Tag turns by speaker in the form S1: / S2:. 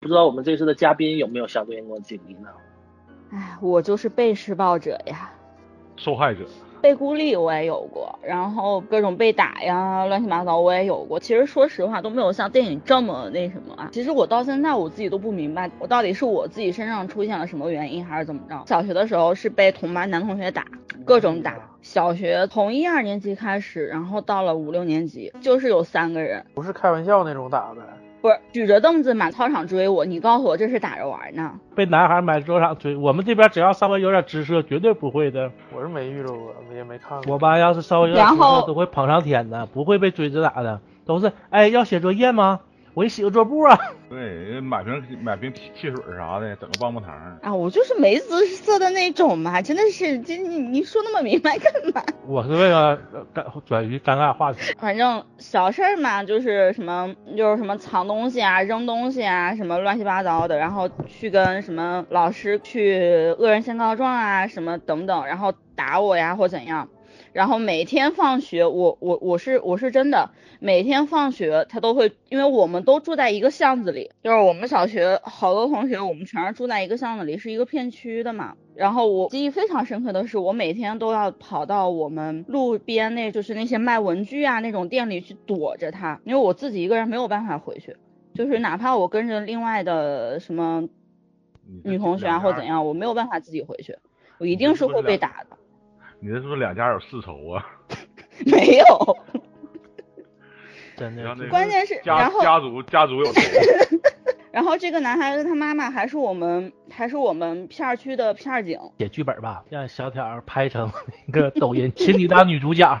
S1: 不知道我们这次的嘉宾有没有相对应的经历呢？
S2: 哎，我就是被施暴者呀，
S3: 受害者，
S2: 被孤立我也有过，然后各种被打呀，乱七八糟我也有过。其实说实话都没有像电影这么那什么啊。其实我到现在我自己都不明白，我到底是我自己身上出现了什么原因，还是怎么着？小学的时候是被同班男同学打，各种打。小学从一二年级开始，然后到了五六年级，就是有三个人，
S4: 不是开玩笑那种打呗。
S2: 不是举着凳子满操场追我，你告诉我这是打着玩呢？
S5: 被男孩满桌上追，我们这边只要稍微有点姿色，绝对不会的。
S4: 我是没遇着过，也没看过。
S5: 我班要是稍微有点
S2: 然
S5: 姿
S2: 后
S5: 色，都会捧上天的，不会被追着打的，都是哎要写作业吗？我给你洗个桌布啊。
S3: 对，买瓶买瓶汽汽水啥的，整个棒棒糖。
S2: 啊，我就是没姿色的那种嘛，真的是，这你你说那么明白干嘛？
S5: 我是为了呃尴转移尴尬话题，
S2: 反正小事儿嘛，就是什么就是什么藏东西啊、扔东西啊，什么乱七八糟的，然后去跟什么老师去恶人先告状啊，什么等等，然后打我呀或怎样。然后每天放学，我我我是我是真的每天放学，他都会，因为我们都住在一个巷子里，就是我们小学好多同学，我们全是住在一个巷子里，是一个片区的嘛。然后我记忆非常深刻的是，我每天都要跑到我们路边那，就是那些卖文具啊那种店里去躲着他，因为我自己一个人没有办法回去，就是哪怕我跟着另外的什么
S3: 你这
S2: 女同学啊
S3: 两家
S2: 或怎，样，我没有办法自己回去，我一定是会被打的。
S3: 你这是不是两家有世仇啊？
S2: 没有，
S5: 真的
S3: 然后那个
S2: 关键是
S3: 家
S2: 然后
S3: 家族家族有仇，
S2: 然后这个男孩子他妈妈还是我们还是我们片儿区的片儿警，
S5: 写剧本吧，让小挑儿拍成那个抖音情侣当女主角，